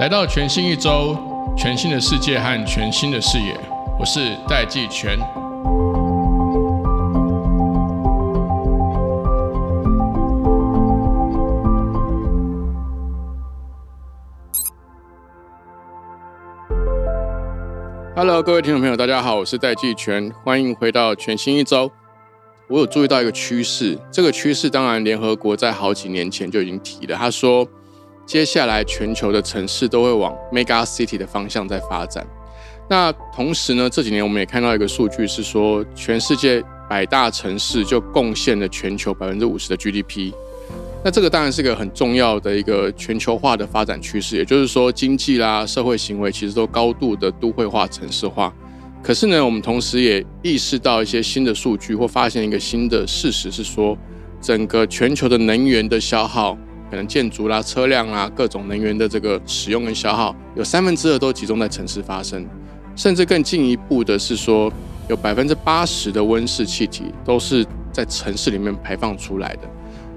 来到全新一周，全新的世界和全新的视野，我是戴季全。Hello，各位听众朋友，大家好，我是戴季全，欢迎回到全新一周。我有注意到一个趋势，这个趋势当然联合国在好几年前就已经提了，他说接下来全球的城市都会往 mega city 的方向在发展。那同时呢，这几年我们也看到一个数据是说，全世界百大城市就贡献了全球百分之五十的 GDP。那这个当然是个很重要的一个全球化的发展趋势，也就是说经济啦、社会行为其实都高度的都会化、城市化。可是呢，我们同时也意识到一些新的数据，或发现一个新的事实是说，整个全球的能源的消耗，可能建筑啦、车辆啦、各种能源的这个使用跟消耗，有三分之二都集中在城市发生。甚至更进一步的是说，有百分之八十的温室气体都是在城市里面排放出来的。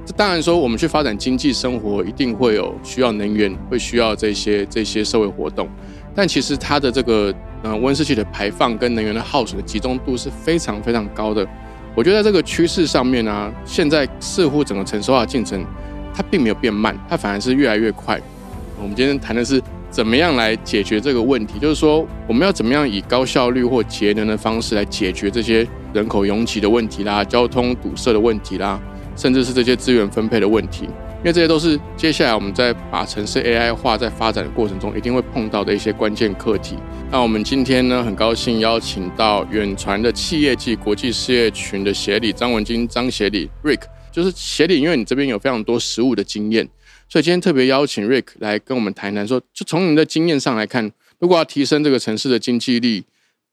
这当然说，我们去发展经济生活，一定会有需要能源，会需要这些这些社会活动。但其实它的这个呃温室气的排放跟能源的耗损的集中度是非常非常高的。我觉得在这个趋势上面呢、啊，现在似乎整个城市化进程它并没有变慢，它反而是越来越快。我们今天谈的是怎么样来解决这个问题，就是说我们要怎么样以高效率或节能的方式来解决这些人口拥挤的问题啦、交通堵塞的问题啦，甚至是这些资源分配的问题。因为这些都是接下来我们在把城市 AI 化在发展的过程中一定会碰到的一些关键课题。那我们今天呢，很高兴邀请到远传的企业暨国际事业群的协理张文金张协理 Rick，就是协理，因为你这边有非常多实务的经验，所以今天特别邀请 Rick 来跟我们谈谈说，就从你的经验上来看，如果要提升这个城市的经济力，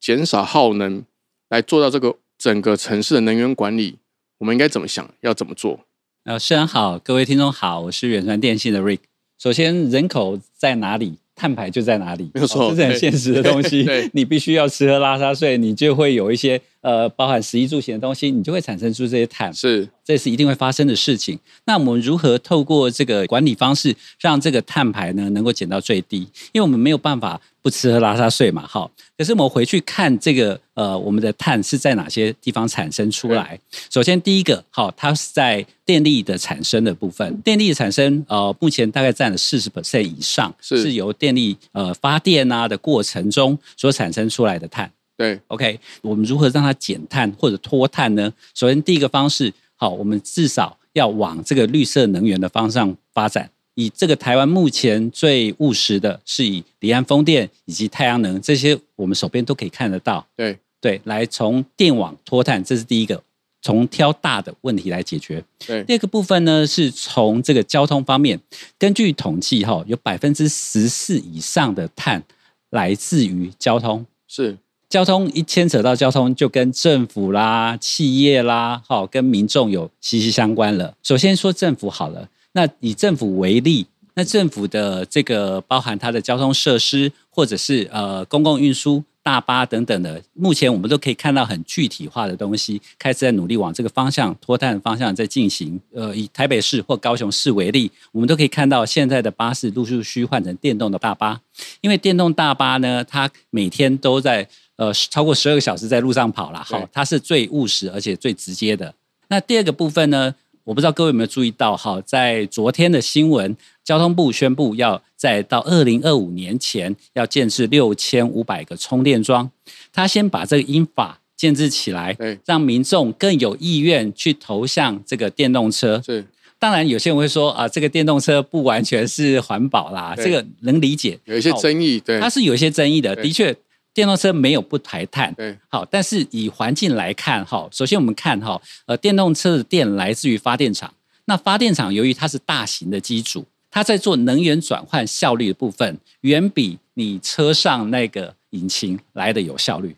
减少耗能，来做到这个整个城市的能源管理，我们应该怎么想，要怎么做？呃，世人好，各位听众好，我是远传电信的 Rick。首先，人口在哪里，碳排就在哪里，没有错哦这是很现实的东西对对。 你必须要吃喝拉撒睡，你就会有一些呃，包含食衣住行的东西，你就会产生出这些碳，是这是一定会发生的事情。那我们如何透过这个管理方式，让这个碳排呢能够减到最低？因为我们没有办法不吃喝拉撒睡嘛，哈。可是我们回去看这个呃，我们的碳是在哪些地方产生出来？首先第一个，好，它是在电力的产生的部分，电力的产生呃，目前大概占了四十 percent 以上，是由电力呃发电啊的过程中所产生出来的碳。对， OK，我们如何让它减碳或者脱碳呢？首先，第一个方式，好，我们至少要往这个绿色能源的方向发展。以这个台湾目前最务实的是以离岸风电以及太阳能这些，我们手边都可以看得到。对，对，来从电网脱碳，这是第一个，从挑大的问题来解决。对第二个部分呢，是从这个交通方面，根据统计哈，有百分之十四以上的碳来自于交通。是交通一牵扯到交通，就跟政府啦、企业啦，好、跟民众有息息相关了。首先说政府好了，那以政府为例，那政府的这个包含它的交通设施，或者是呃公共运输、大巴等等的，目前我们都可以看到很具体化的东西，开始在努力往这个方向脱碳的方向在进行。呃，以台北市或高雄市为例，我们都可以看到现在的巴士陆陆续续换成电动的大巴。因为电动大巴呢，它每天都在呃超过十二个小时在路上跑啦，对哈，它是最务实而且最直接的。那第二个部分呢，我不知道各位有没有注意到，哈，在昨天的新闻，交通部宣布要在到二零二五年前要建制六千五百个充电桩，他先把这个英法建制起来对，让民众更有意愿去投向这个电动车，是当然，有些人会说啊，这个电动车不完全是环保啦，对这个能理解。有一些好争议，对它，是有一些争议的，对的确，电动车没有不排碳。对，好，但是以环境来看，哈，首先我们看哈，呃，电动车的电来自于发电厂，那发电厂由于它是大型的机组，它在做能源转换效率的部分，远比你车上那个引擎来的有效率。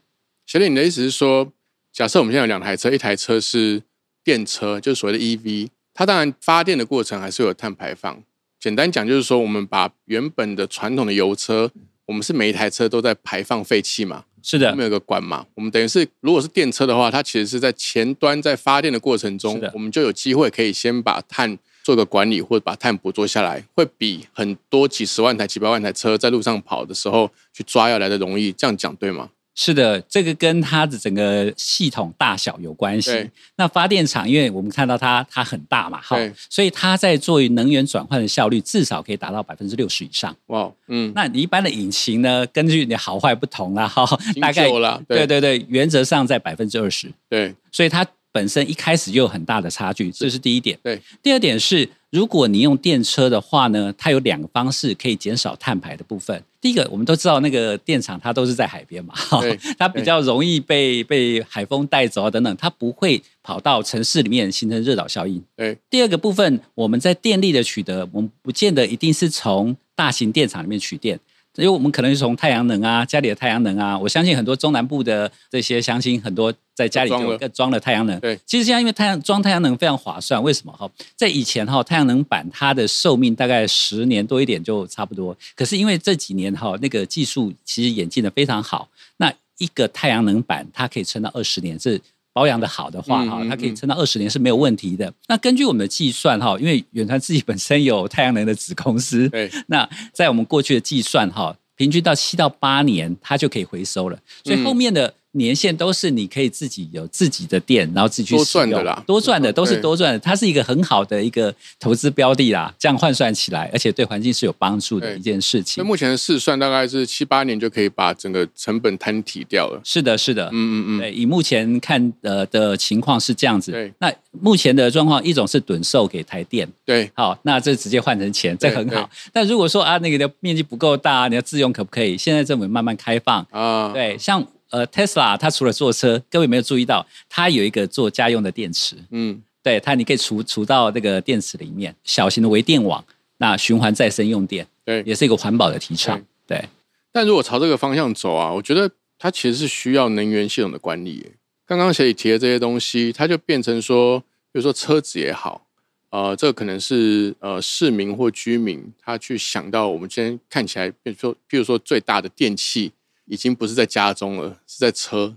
学弟，你的意思是说，假设我们现在有两台车，一台车是电车，就是所谓的 EV，它当然发电的过程还是有碳排放。简单讲就是说，我们把原本的传统的油车，我们是每一台车都在排放废气嘛，是我的们，有个管嘛，我们等于是如果是电车的话，它其实是在前端在发电的过程中是的，我们就有机会可以先把碳做个管理，或者把碳捕捉下来，会比很多几十万台、几百万台车在路上跑的时候去抓要来的容易。这样讲对吗？是的，这个跟它的整个系统大小有关系对。那发电厂，因为我们看到它它很大嘛，哈对，所以它在做能源转换的效率至少可以达到百分之六十以上。哇，嗯，那你一般的引擎呢，根据你的好坏不同啦，哈，新大概旧啦，对对对对，原则上在百分之二十，对所以它本身一开始就有很大的差距，这是第一点。对，第二点是，如果你用电车的话呢，它有两个方式可以减少碳排的部分。第一个，我们都知道那个电厂它都是在海边嘛， 哈对它比较容易被被海风带走啊等等，它不会跑到城市里面形成热岛效应。对第二个部分，我们在电力的取得，我们不见得一定是从大型电厂里面取电。因为我们可能是从太阳能啊，家里的太阳能啊，我相信很多中南部的这些乡亲，很多在家里就装了有装了太阳能。对，其实现在因为太阳装太阳能非常划算，为什么哈？在以前哈，太阳能板它的寿命大概十年多一点就差不多，可是因为这几年哈，那个技术其实演进的非常好，那一个太阳能板它可以撑到二十年，这保养的好的话哈嗯嗯，嗯它可以撑到二十年是没有问题的。那根据我们的计算哈，因为远传自己本身有太阳能的子公司，对那在我们过去的计算哈，平均到七到八年，它就可以回收了。所以嗯后面的年限都是你可以自己有自己的店，然后自己去多使赚的用啦多赚的都是对多赚的。它是一个很好的一个投资标的啦，这样换算起来，而且对环境是有帮助的对一件事所情以。目前的试算大概是七八年就可以把整个成本摊提掉了。是的，是的，嗯嗯嗯，对，以目前看呃的情况是这样子对。那目前的状况，一种是趸售给台电，对好，那这直接换成钱，这对很好对。但如果说啊，那个的面积不够大，你要自用可不可以？现在政府慢慢开放，啊，对，像呃 Tesla，它除了做车，各位有没有注意到，它有一个做家用的电池，嗯，对它你可以储储到那个电池里面，小型的微电网，那循环再生用电对。也是一个环保的提倡，对。但如果朝这个方向走啊，我觉得它其实是需要能源系统的管理耶。刚刚谁提的这些东西，它就变成说，比如说车子也好，呃，这个可能是呃市民或居民他去想到我们今天看起来，比如说，比如说最大的电器已经不是在家中了，是在车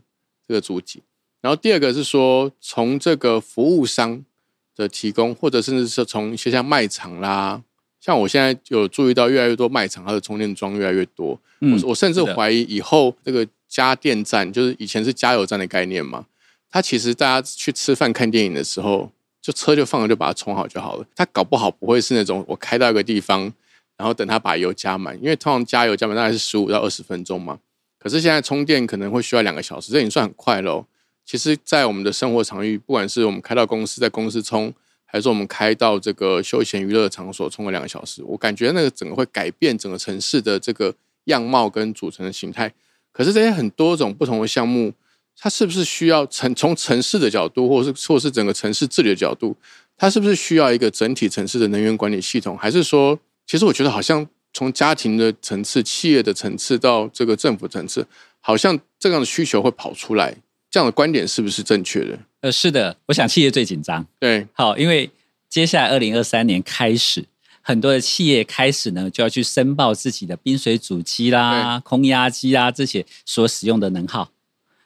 这个主体。然后第二个是说，从这个服务商的提供，或者甚至是从一些像卖场啦，像我现在有注意到越来越多卖场它的充电桩越来越多，嗯我我甚至是的怀疑以后这个加电站，就是以前是加油站的概念嘛，它其实大家去吃饭看电影的时候，就车就放了，就把它充好就好了。它搞不好不会是那种我开到一个地方，然后等它把油加满，因为通常加油加满大概是十五到二十分钟嘛。可是现在充电可能会需要两个小时，这已经算很快喽。其实，在我们的生活场域，不管是我们开到公司，在公司充，还是我们开到这个休闲娱乐场所充个两个小时，我感觉那个整个会改变整个城市的这个样貌跟组成的形态。可是这些很多种不同的项目，它是不是需要城从城市的角度，或是或是整个城市治理的角度，它是不是需要一个整体城市的能源管理系统？还是说，其实我觉得好像从家庭的层次、企业的层次到这个政府层次，好像这样的需求会跑出来。这样的观点是不是正确的？呃，是的，我想企业最紧张，对好，因为接下来二零二三年开始，很多的企业开始呢就要去申报自己的冰水主机啦、空压机啦这些所使用的能耗，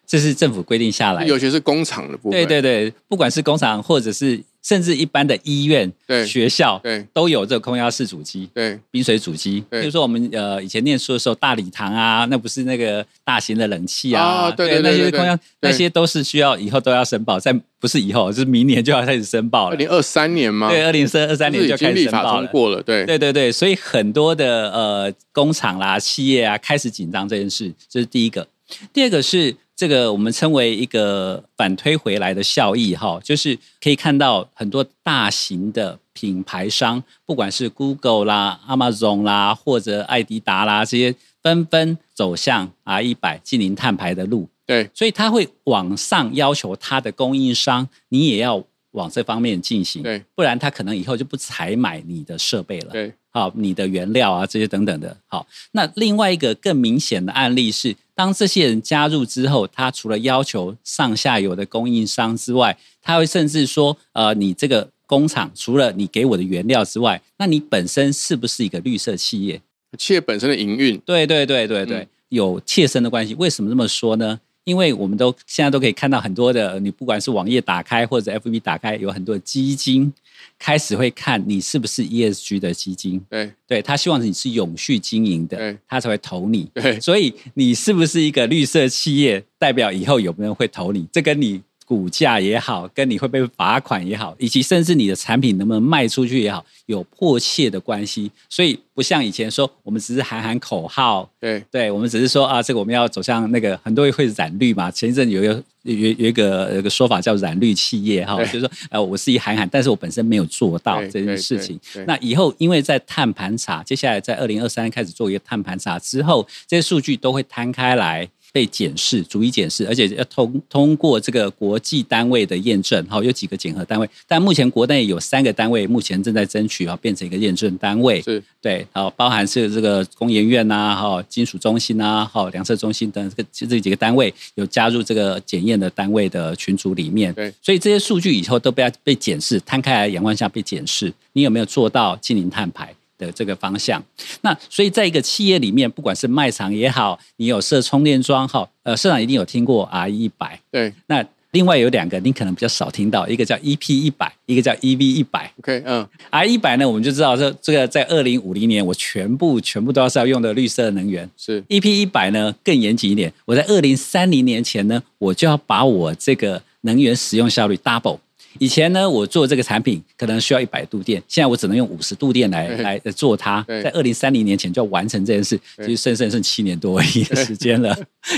这是政府规定下来的。尤其是工厂的部分，对对对，不管是工厂或者是甚至一般的医院、对学校，对都有这个空压式主机。对冰水主机，比对如说我们呃以前念书的时候，大礼堂啊，那不是那个大型的冷气啊，啊对对对那对些对空压对那些都是需要以后都要申报，在不是以后，就是明年就要开始申报二了。零二三年吗？对，二零三二三啊就是年就已经开始立申法报通了。过了，对对对对，所以很多的呃工厂啦、企业啊开始紧张这件事，这是第一个。第二个是这个我们称为一个反推回来的效益哈，就是可以看到很多大型的品牌商，不管是 Google 啦、Amazon 啦，或者艾迪达啦这些，纷纷走向 R 一百近零碳排的路。对所以它会往上要求它的供应商，你也要往这方面进行，对，不然它可能以后就不采买你的设备了，对好，你的原料啊这些等等的。好，那另外一个更明显的案例是，当这些人加入之后，他除了要求上下游的供应商之外，他会甚至说，呃，你这个工厂除了你给我的原料之外，那你本身是不是一个绿色企业？企业本身的营运，对对对对对，嗯有切身的关系。为什么这么说呢？因为我们都现在都可以看到很多的，你不管是网页打开或者 FB 打开，有很多基金开始会看你是不是 ESG 的基金，对对他希望你是永续经营的对，他才会投你。对所以你是不是一个绿色企业，代表以后有没有人会投你？这跟你股价也好，跟你会被罚款也好，以及甚至你的产品能不能卖出去也好，有迫切的关系。所以不像以前说，我们只是喊喊口号，对对我们只是说啊，这个我们要走向那个很多会染绿嘛。前一阵有一个有有有一个有一个说法叫染绿企业哈，对就是说呃，我是一喊喊，但是我本身没有做到对这件对事对情对。那以后因为在碳盘查，接下来在二零二三开始做一个碳盘查之后，这些数据都会摊开来。被检视，逐一检视，而且要通通过这个国际单位的验证，哈，有几个检核单位，但目前国内有三个单位，目前正在争取啊，变成一个验证单位。是对，好，包含是这个工研院呐、哈、金属中心啊呐、哈、量测中心等这个这这几个单位有加入这个检验的单位的群组里面。对，所以这些数据以后都被它被检视，摊开来阳光下被检视，你有没有做到近零碳排？的这个方向，那所以在一个企业里面，不管是卖场也好，你有设充电桩好，呃，社长一定有听过 R E 一百，对那另外有两个你可能比较少听到，一个叫 EP 一百，一个叫 EV 一百。 ，OK，嗯， R 一百呢，我们就知道这这个在二零五零年，我全部全部都要是要用的绿色能源。是 EP 一百呢更严谨一点，我在二零三零年前呢，我就要把我这个能源使用效率 double。以前呢，我做这个产品可能需要一百度电，现在我只能用五十度电来对来呃做它。对在二零三零年前就要完成这件事，对其实剩剩剩七年多而已的时间 了，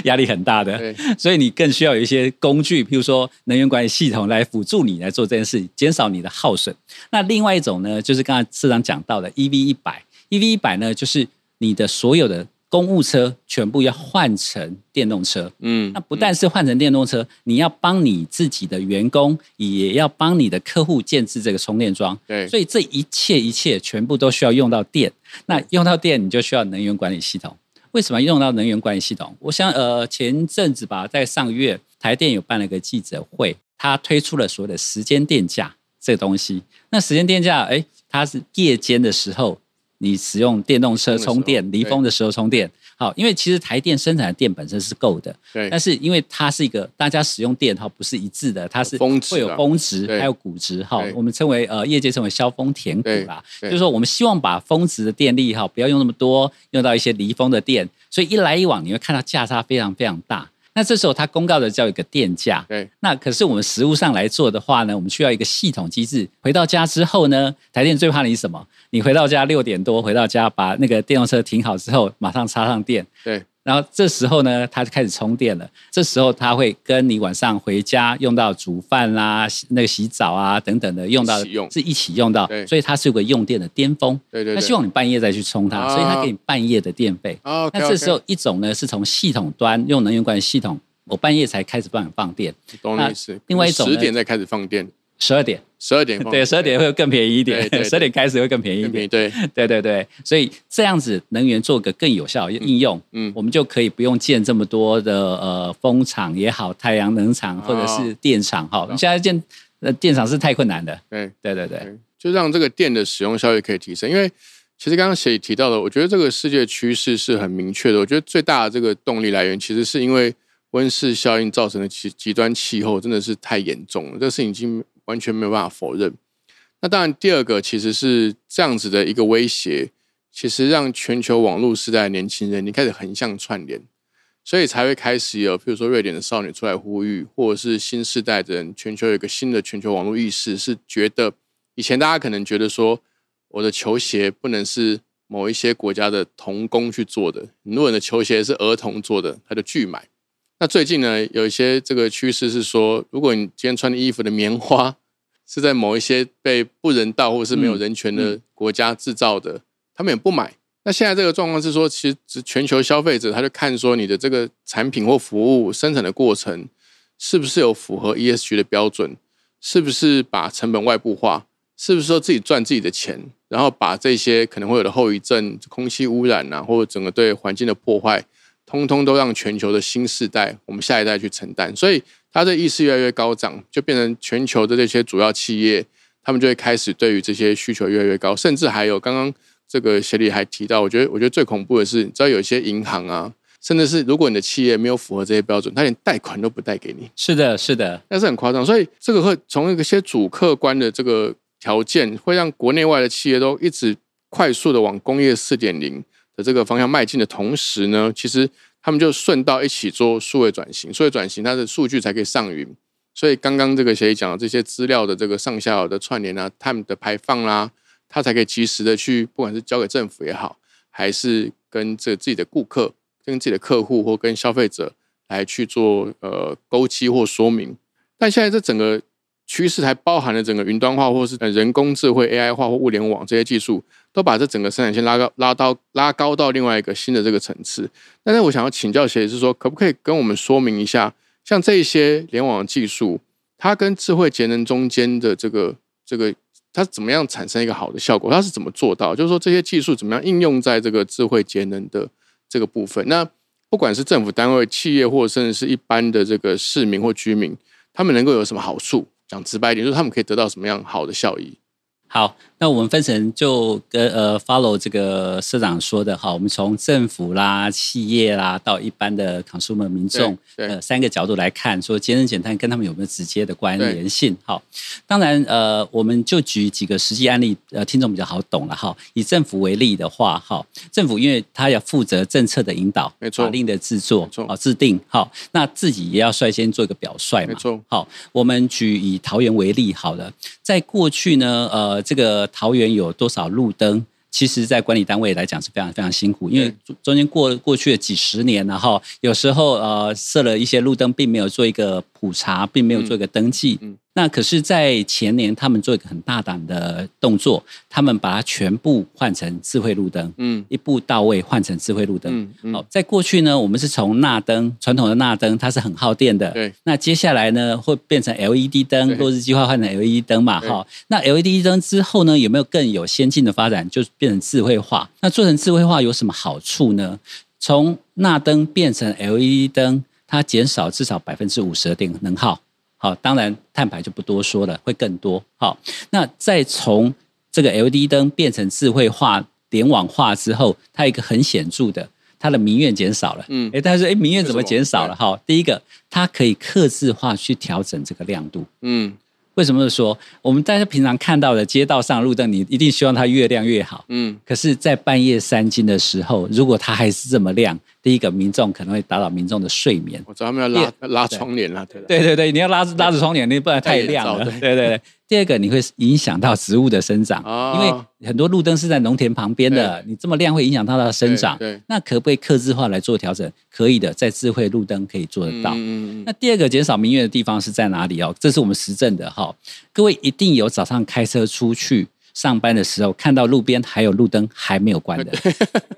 压力很大的。对 所以你更需要有一些工具，譬如说能源管理系统来辅助你来做这件事，减少你的耗损。那另外一种呢，就是刚才市长讲到的 EV 一百，EV 一百呢，就是你的所有的公务车全部要换成电动车。嗯，那不但是换成电动车，你要帮你自己的员工，也要帮你的客户建置这个充电桩。对所以这一切一切全部都需要用到电。那用到电，你就需要能源管理系统。为什么用到能源管理系统？我想，呃，前阵子吧，在上个月，台电有办了个记者会，它推出了所谓的时间电价这个东西。那时间电价，哎，它是夜间的时候，你使用电动车充电，离离峰的时候峰的时候充电。好，因为其实台电生产的电本身是够的，对但是因为它是一个大家使用电哈不是一致的，它是峰值啊会有峰值，对还有谷值哈对，我们称为呃业界称为削峰填谷对啦，就对是说我们希望把峰值的电力哈不要用那么多，用到一些离峰的电，所以一来一往你会看到价差非常非常大。那这时候它公告的叫一个电价，对那可是我们实物上来做的话呢，我们需要一个系统机制。回到家之后呢，台电最怕你什么？你回到家六点多回到家，把那个电动车停好之后，马上插上电，对然后这时候呢，它就开始充电了。这时候它会跟你晚上回家用到煮饭啦、洗那个洗澡啊等等的用到，一起用是一起用到，对所以它是有个用电的巅峰。对对它对，希望你半夜再去充它，啊所以它给你半夜的电费。啊，那这时候一种呢是从系统端用能源管理系统，我半夜才开始帮你放电，懂那你意思。另外一种呢十点再开始放电，十二点，十二点放对，十二点会更便宜一点哦对对，对十二点开始会更便宜一点对。对对对对，所以这样子能源做个更有效的应用，嗯嗯我们就可以不用建这么多的呃风场也好，太阳能场或者哦是电厂哈。我们现在建呃电厂是太困难的，对对对对，对，就让这个电的使用效率可以提升。因为其实刚刚谁提到的，我觉得这个世界趋势是很明确的。我觉得最大的这个动力来源，其实是因为温室效应造成的极极端气候真的是太严重了，这个事情已经完全没有办法否认。那当然，第二个其实是这样子的一个威胁，其实让全球网络时代的年轻人，你开始横向串联。所以才会开始有，譬如说瑞典的少女出来呼吁，或者是新世代的人，全球有一个新的全球网络意识，是觉得以前大家可能觉得说，我的球鞋不能是某一些国家的童工去做的，如果你的球鞋是儿童做的，他就拒买。那最近呢，有一些这个趋势是说，如果你今天穿的衣服的棉花是在某一些被不人道或是没有人权的国家制造的，他们也不买。那现在这个状况是说，其实全球消费者他就看说你的这个产品或服务生产的过程是不是有符合 ESG 的标准，是不是把成本外部化，是不是说自己赚自己的钱，然后把这些可能会有的后遗症、空气污染啊，或者整个对环境的破坏，通通都让全球的新世代，我们下一代去承担。所以他的意识越来越高涨，就变成全球的这些主要企业，他们就会开始对于这些需求越来越高，甚至还有刚刚这个协理还提到，我觉得我觉得最恐怖的是，你知道有一些银行啊，甚至是如果你的企业没有符合这些标准，他连贷款都不贷给你，是的，是的，那是很夸张。所以这个会从一些主客观的这个条件，会让国内外的企业都一直快速的往工业四点零的这个方向迈进的同时呢，其实他们就顺道一起做数位转型，数位转型它的数据才可以上云。所以刚刚这个协议讲的这些资料的这个上下游的串联啊，他们的排放啦、它才可以及时的去，不管是交给政府也好，还是跟这自己的顾客、跟自己的客户或跟消费者来去做呃勾稽或说明。但现在这整个趋势还包含了整个云端化或是呃人工智慧 AI 化或物联网这些技术，都把这整个生产线拉高、拉到拉高到另外一个新的这个层次。但是我想要请教协理是说，可不可以跟我们说明一下，像这一些联网技术，它跟智慧节能中间的这个这个，它怎么样产生一个好的效果？它是怎么做到？就是说这些技术怎么样应用在这个智慧节能的这个部分？那不管是政府单位、企业，或者甚至是一般的这个市民或居民，他们能够有什么好处？讲直白一点，就是他们可以得到什么样好的效益？好，那我们分成就跟呃 follow 这个社长说的哈，我们从政府啦、企业啦到一般的 consumer 民众，对对呃三个角度来看，说节能减碳跟他们有没有直接的关联性？好，当然呃，我们就举几个实际案例，呃，听众比较好懂了哈。以政府为例的话，哈，政府因为他要负责政策的引导，没错法令的制作没，错啊制定，好，那自己也要率先做一个表率嘛，没错好，我们举以桃园为例好了，在过去呢，呃，这个桃园有多少路灯？其实，在管理单位来讲是非常非常辛苦，因为中中间过过去的几十年啊，然后有时候呃设了一些路灯，并没有做一个普查，并没有做一个登记。嗯嗯那可是，在前年他们做一个很大胆的动作，他们把它全部换成智慧路灯，嗯一步到位换成智慧路灯。嗯嗯好、在过去呢，我们是从钠灯传统的钠灯，它是很耗电的。对。那接下来呢，会变成 LED 对灯，落日计划换成 LED 灯嘛？对哈、那 LED 灯之后呢，有没有更有先进的发展，就变成智慧化？那做成智慧化有什么好处呢？从钠灯变成 LED 灯，它减少至少百分之五十的电能耗。好，当然碳排就不多说了，会更多。好，那再从这个 LED 灯变成智慧化、联网化之后，它有一个很显著的，它的民怨减少了。嗯诶，但是诶，民怨怎么为什么减少了？哈，第一个，它可以克制化去调整这个亮度。嗯为什么说我们大家平常看到的街道上路灯，你一定希望它越亮越好？嗯，可是，在半夜三更的时候，如果它还是这么亮，第一个民众可能会打扰民众的睡眠。我知道他们要拉拉窗帘啦，对啦对对对，你要拉拉着窗帘，你不然太亮了。戴眼对对对。第二个，你会影响到植物的生长，哦因为很多路灯是在农田旁边的，你这么亮会影响到它的生长。对对那可不可以克制化来做调整？可以的，在智慧路灯可以做得到。嗯嗯嗯那第二个减少民怨的地方是在哪里哦？这是我们实证的哈、各位一定有早上开车出去上班的时候，看到路边还有路灯还没 有关的，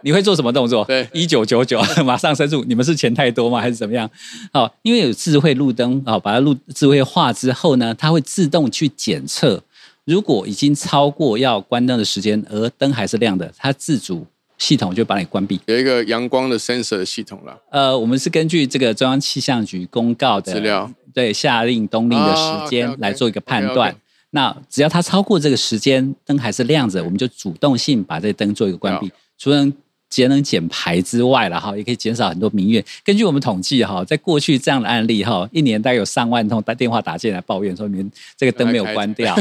你会做什么动作？对一九九 九马上申诉，你们是钱太多吗？还是怎么样？好、因为有智慧路灯啊、哦，把它路智慧化之后呢，它会自动去检测，如果已经超过要关灯的时间，而灯还是亮的，它自主系统就把你关闭。有一个阳光的 sensor 的系统啦，呃，我们是根据这个中央气象局公告的资料，对夏令冬令的时啊间，OK，OK，来做一个判断 OK，OK。那只要它超过这个时间，灯还是亮着，我们就主动性把这灯做一个关闭了。除了节能减排之外了哈，也可以减少很多民怨。根据我们统计哈，在过去这样的案例哈，一年大概有上万通打电话打进来抱怨说你们这个灯没有关 掉，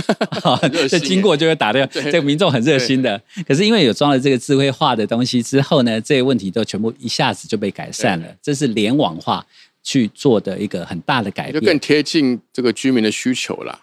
热心这耶经过就会打掉。这个民众很热心的，可是因为有装了这个智慧化的东西之后呢，这些问题都全部一下子就被改善了对。这是联网化去做的一个很大的改就变，更贴近这个居民的需求啦。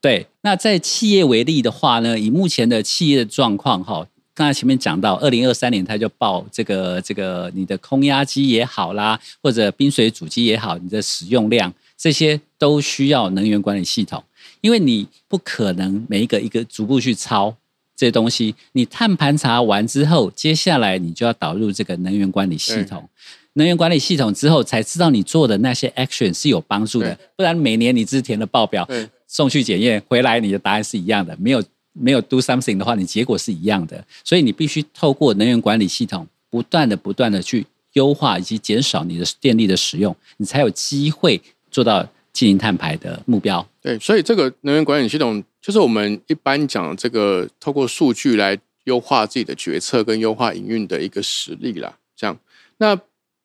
对，那在企业为例的话呢，以目前的企业的状况哈，刚才前面讲到，二零二三年它就报这个这个你的空压机也好啦，或者冰水主机也好，你的使用量这些都需要能源管理系统，因为你不可能每一个一个逐步去抄。这些东西，你碳盘查完之后，接下来你就要导入这个能源管理系统。能源管理系统之后，才知道你做的那些 action 是有帮助的对，不然每年你只是填了报表，对，送去检验回来，你的答案是一样的，没有没有 do something 的话，你结果是一样的。所以你必须透过能源管理系统，不断的不断的去优化以及减少你的电力的使用，你才有机会做到净零碳排的目标。对，所以这个能源管理系统就是我们一般讲这个透过数据来优化自己的决策跟优化营运的一个实力啦。这样，那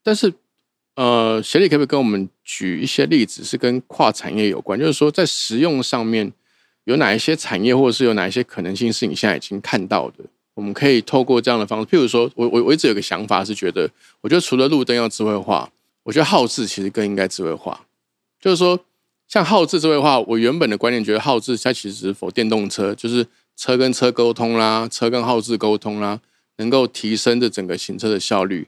但是呃，协力可不可以跟我们举一些例子，是跟跨产业有关？就是说，在实用上面有哪一些产业，或者是有哪一些可能性是你现在已经看到的？我们可以透过这样的方式，譬如说，我我我一直有个想法是觉得，我觉得除了路灯要智慧化，我觉得浩智其实更应该智慧化。就是说，像浩智智慧化，我原本的观念觉得浩智它其实只是否电动车，就是车跟车沟通啦，车跟浩智沟通啦，能够提升这整个行车的效率。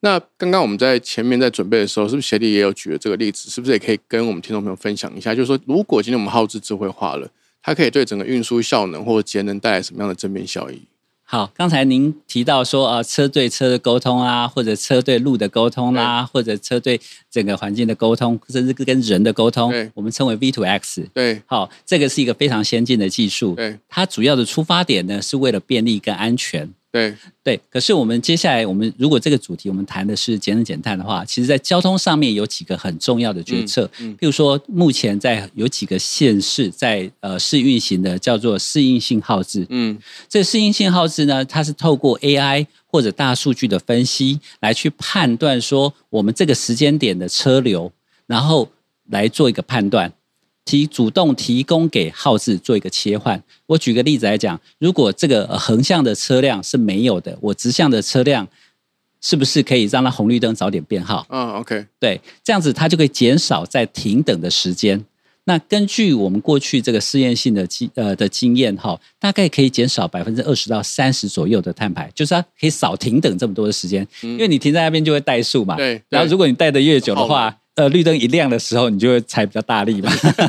那刚刚我们在前面在准备的时候，是不是协力也有举了这个例子？是不是也可以跟我们听众朋友分享一下？就是说，如果今天我们耗智智慧化了，它可以对整个运输效能或节能带来什么样的正面效益？好，刚才您提到说，呃，车对车的沟通啊，或者车对路的沟通啦、或者车对整个环境的沟通，甚至跟人的沟通对，我们称为 V to X。对好，这个是一个非常先进的技术，对它主要的出发点呢是为了便利跟安全。对对，可是我们节下来，我们如果这个主题我们谈的是节能减碳的话，其实在交通上面有几个很重要的决策，嗯嗯譬如说目前在有几个县市在呃试运行的叫做适应性耗资，嗯这适应性耗资呢，它是透过 AI 或者大数据的分析来去判断说我们这个时间点的车流，然后来做一个判断，提主动提供给耗资做一个切换。我举个例子来讲，如果这个呃横向的车辆是没有的，我直向的车辆是不是可以让它红绿灯早点变号？嗯，OK，对，这样子它就可以减少在停等的时间。那根据我们过去这个试验性的经呃的经验哈，大概可以减少百分之二十到三十左右的碳排，就是它可以少停等这么多的时间，因为你停在那边就会怠速嘛。嗯对对然后如果你待得越久的耗话，呃，绿灯一亮的时候，你就会踩比较大力嘛，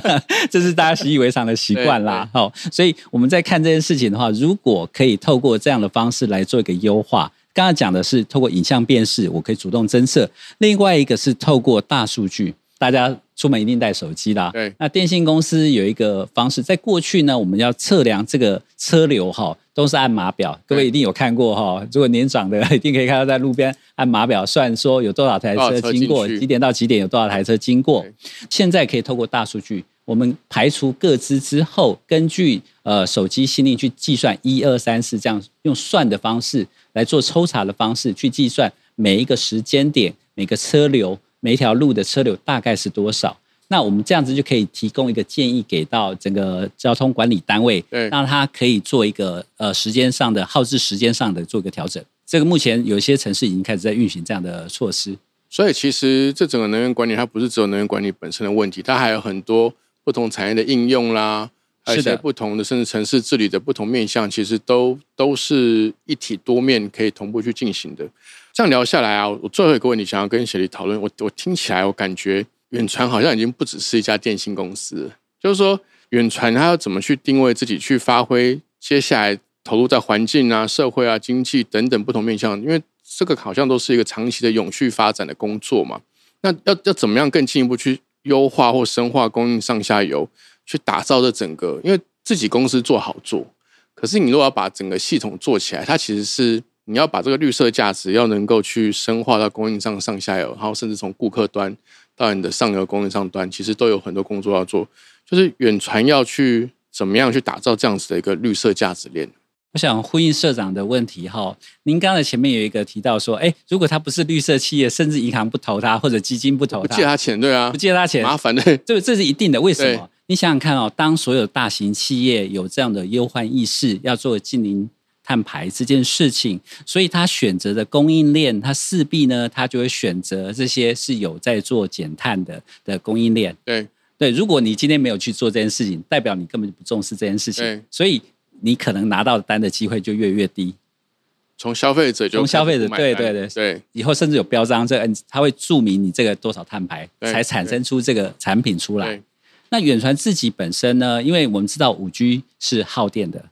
这是大家习以为常的习惯啦。好、所以我们在看这件事情的话，如果可以透过这样的方式来做一个优化，刚刚讲的是透过影像辨识，我可以主动侦测；另外一个是透过大数据，大家出门一定带手机啦。对那电信公司有一个方式，在过去呢，我们要测量这个车流哈，都是按码表，各位一定有看过哈。如果年长的一定可以看到，在路边按码表算说有多少台多车少哦车经过，进去几点到几点有多少台车经过对。现在可以透过大数据，我们排除各资之后，根据呃手机心令去计算一二三四这样用算的方式来做抽查的方式去计算每一个时间点、每个车流、每一条路的车流大概是多少。那我们这样子就可以提供一个建议给到整个交通管理单位，对让他可以做一个呃时间上的耗资时间上的做一个调整。这个目前有一些城市已经开始在运行这样的措施。所以其实这整个能源管理，它不是只有能源管理本身的问题，它还有很多不同产业的应用啦，还有一是些的不同的，甚至城市治理的不同面向，其实都都是一体多面可以同步去进行的。这样聊下来啊，我最后一个问题想要跟协理讨论，我我听起来我感觉远传好像已经不只是一家电信公司了，就是说远传它要怎么去定位自己，去发挥接下来投入在环境啊、社会啊、经济等等不同面向，因为这个好像都是一个长期的永续发展的工作嘛。那要要怎么样更进一步去优化或深化供应上下游，去打造这整个，因为自己公司做好做，可是你如果要把整个系统做起来，它其实是你要把这个绿色价值要能够去深化到供应商上下游，然后甚至从顾客端到你的上游供应商端，其实都有很多工作要做。就是远传要去怎么样去打造这样子的一个绿色价值链？我想呼应社长的问题哈，您刚才前面有一个提到说，哎，如果它不是绿色企业，甚至银行不投它，或者基金不投不它，借他钱对啊哦不，借他钱，麻烦对这个这是一定的。为什对么？你想想看哦，当所有大型企业有这样的忧患意识，要做近零碳排这件事情，所以他选择的供应链，他势必呢，他就会选择这些是有在做减碳的的供应链。对对，如果你今天没有去做这件事情，代表你根本就不重视这件事对情，所以你可能拿到的单的机会就越来越低。 从消费者就从消费者开始买单对对对对以后甚至有标章，这个它会注明你这个多少碳排，对才产生出这个产品出来对。那远传自己本身呢，因为我们知道五 G 是耗电的，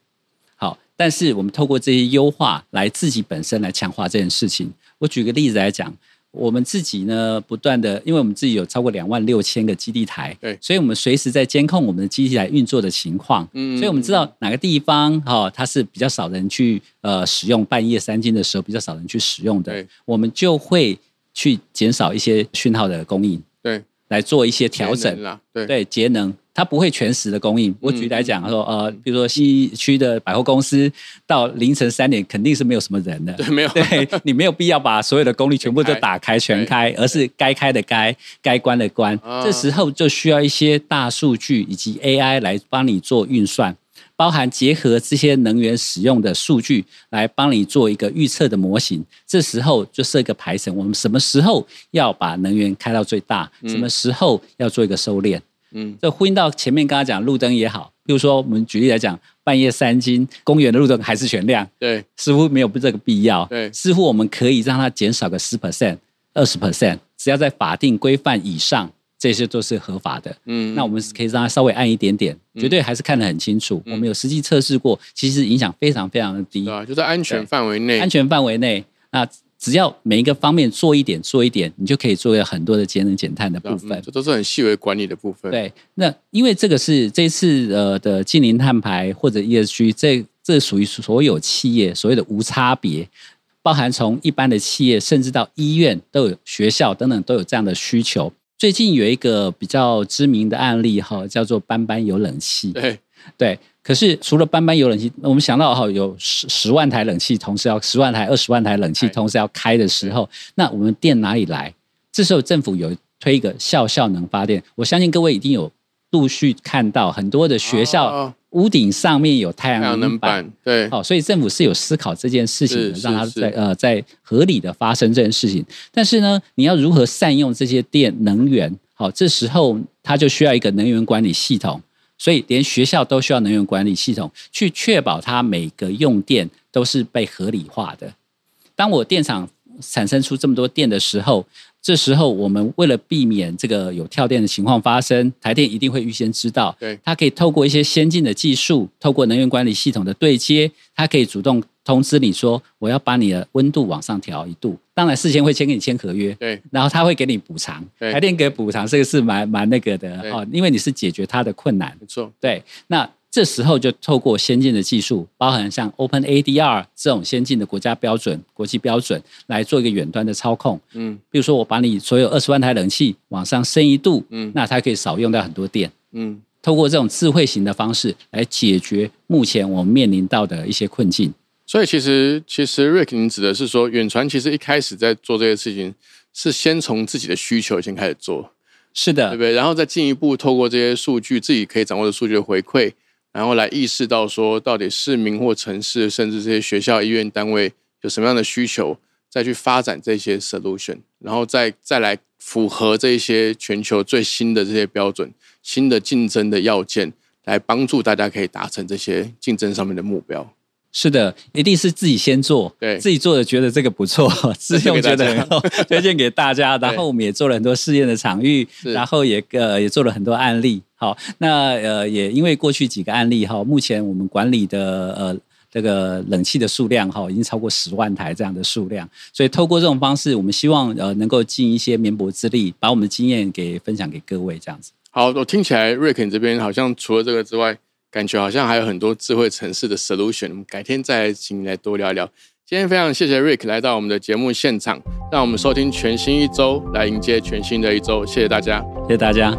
好，但是我们透过这些优化来自己本身来强化这件事情。我举个例子来讲，我们自己呢不断的，因为我们自己有超过两万六千个基地台，对所以我们随时在监控我们的基地台运作的情况，嗯所以我们知道哪个地方哈、哦，它是比较少人去呃使用，半夜三更的时候比较少人去使用的对，我们就会去减少一些讯号的供应，对来做一些调节能整，啦，对嗯对节能。它不会全时的供应。我举例来讲说，呃，比如说西区的百货公司到凌晨三点肯定是没有什么人的，对， 没有，啊对你没有必要把所有的功率全部都打开全全开开，而是该开的开，该关的关啊。这时候就需要一些大数据以及 AI 来帮你做运算，包含结合这些能源使用的数据来帮你做一个预测的模型。这时候就设一个排程，我们什么时候要把能源开到最大，什么时候要做一个收敛。嗯，这呼应到前面刚刚讲路灯也好，比如说我们举例来讲，半夜三更公园的路灯还是全亮，对，似乎没有这个必要。对似乎我们可以让它减少个十 percent、二十 percent，只要在法定规范以上，这些都是合法的。嗯，那我们可以让它稍微暗一点点，绝对还是看得很清楚。嗯我们有实际测试过，其实影响非常非常的低对，啊，就在安全范围内安，全范围内。那只要每一个方面做一点，做一点，你就可以做很多的节能减碳的对啊部分嗯。这都是很细微管理的部分。，对，那因为这个是这次呃的近零碳排或者 ESG，这这属于所有企业所谓的无差别，包含从一般的企业，甚至到医院都有，学校等等都有这样的需求。最近有一个比较知名的案例哈，叫做斑斑有冷气。对，对，可是除了斑斑有冷气，我们想到哈有十十万台冷气同时要十万台、二十万台冷气哎同时要开的时候，那我们电哪里来？这时候政府有推一个校效能发电，我相信各位一定有陆续看到很多的学校哦屋顶上面有太太阳阳能能板。板，对，好、哦所以政府是有思考这件事情的，是让它是在是呃在合理的发生这件事情。但是呢，你要如何善用这些电能源？好、这时候它就需要一个能源管理系统，所以连学校都需要能源管理系统，去确保它每个用电都是被合理化的。当我电厂产生出这么多电的时候，这时候我们为了避免这个有跳电的情况发生，台电一定会预先知道，对它可以透过一些先进的技术，透过能源管理系统的对接，它可以主动通知你说，我要把你的温度往上调一度。当然，事先会先跟你签合约，对，然后他会给你补偿。对台电给补偿这个是蛮蛮那个的对哦，因为你是解决他的困难。没错，对，那这时候就透过先进的技术，包含像 Open ADR 这种先进的国家标准、国际标准，来做一个远端的操控。嗯比如说，我把你所有二十万台冷气往上升一度，嗯那它可以少用掉很多电。嗯，透过这种智慧型的方式来解决目前我们面临到的一些困境。所以其实其实 Rick，你指的是说，远传其实一开始在做这些事情，是先从自己的需求先开始做，是对的不，对？然后再进一步透过这些数据，自己可以掌握的数据的回馈，然后来意识到说，到底市民或城市，甚至这些学校、医院单位有什么样的需求，再去发展这些 solution，然后再再来符合这些全球最新的这些标准、新的竞争的要件，来帮助大家可以达成这些竞争上面的目标。是的，一定是自己先做，对自己做的觉得这个不错，自用觉得很好，推荐给大 家。然后我们也做了很多试验的场域，是然后也呃也做了很多案例。好，那呃也因为过去几个案例哈，目前我们管理的呃。这个冷气的数量哈，已经超过十万台这样的数量，所以透过这种方式，我们希望呃能够尽一些绵薄之力，把我们的经验给分享给各位这样子。好，我听起来瑞肯这边好像除了这个之外，感觉好像还有很多智慧城市的 solution。我们改天再请你来多聊一聊。今天非常谢谢 Rick 来到我们的节目现场，让我们收听全新一周，来迎接全新的一周。谢谢大家。谢谢大家。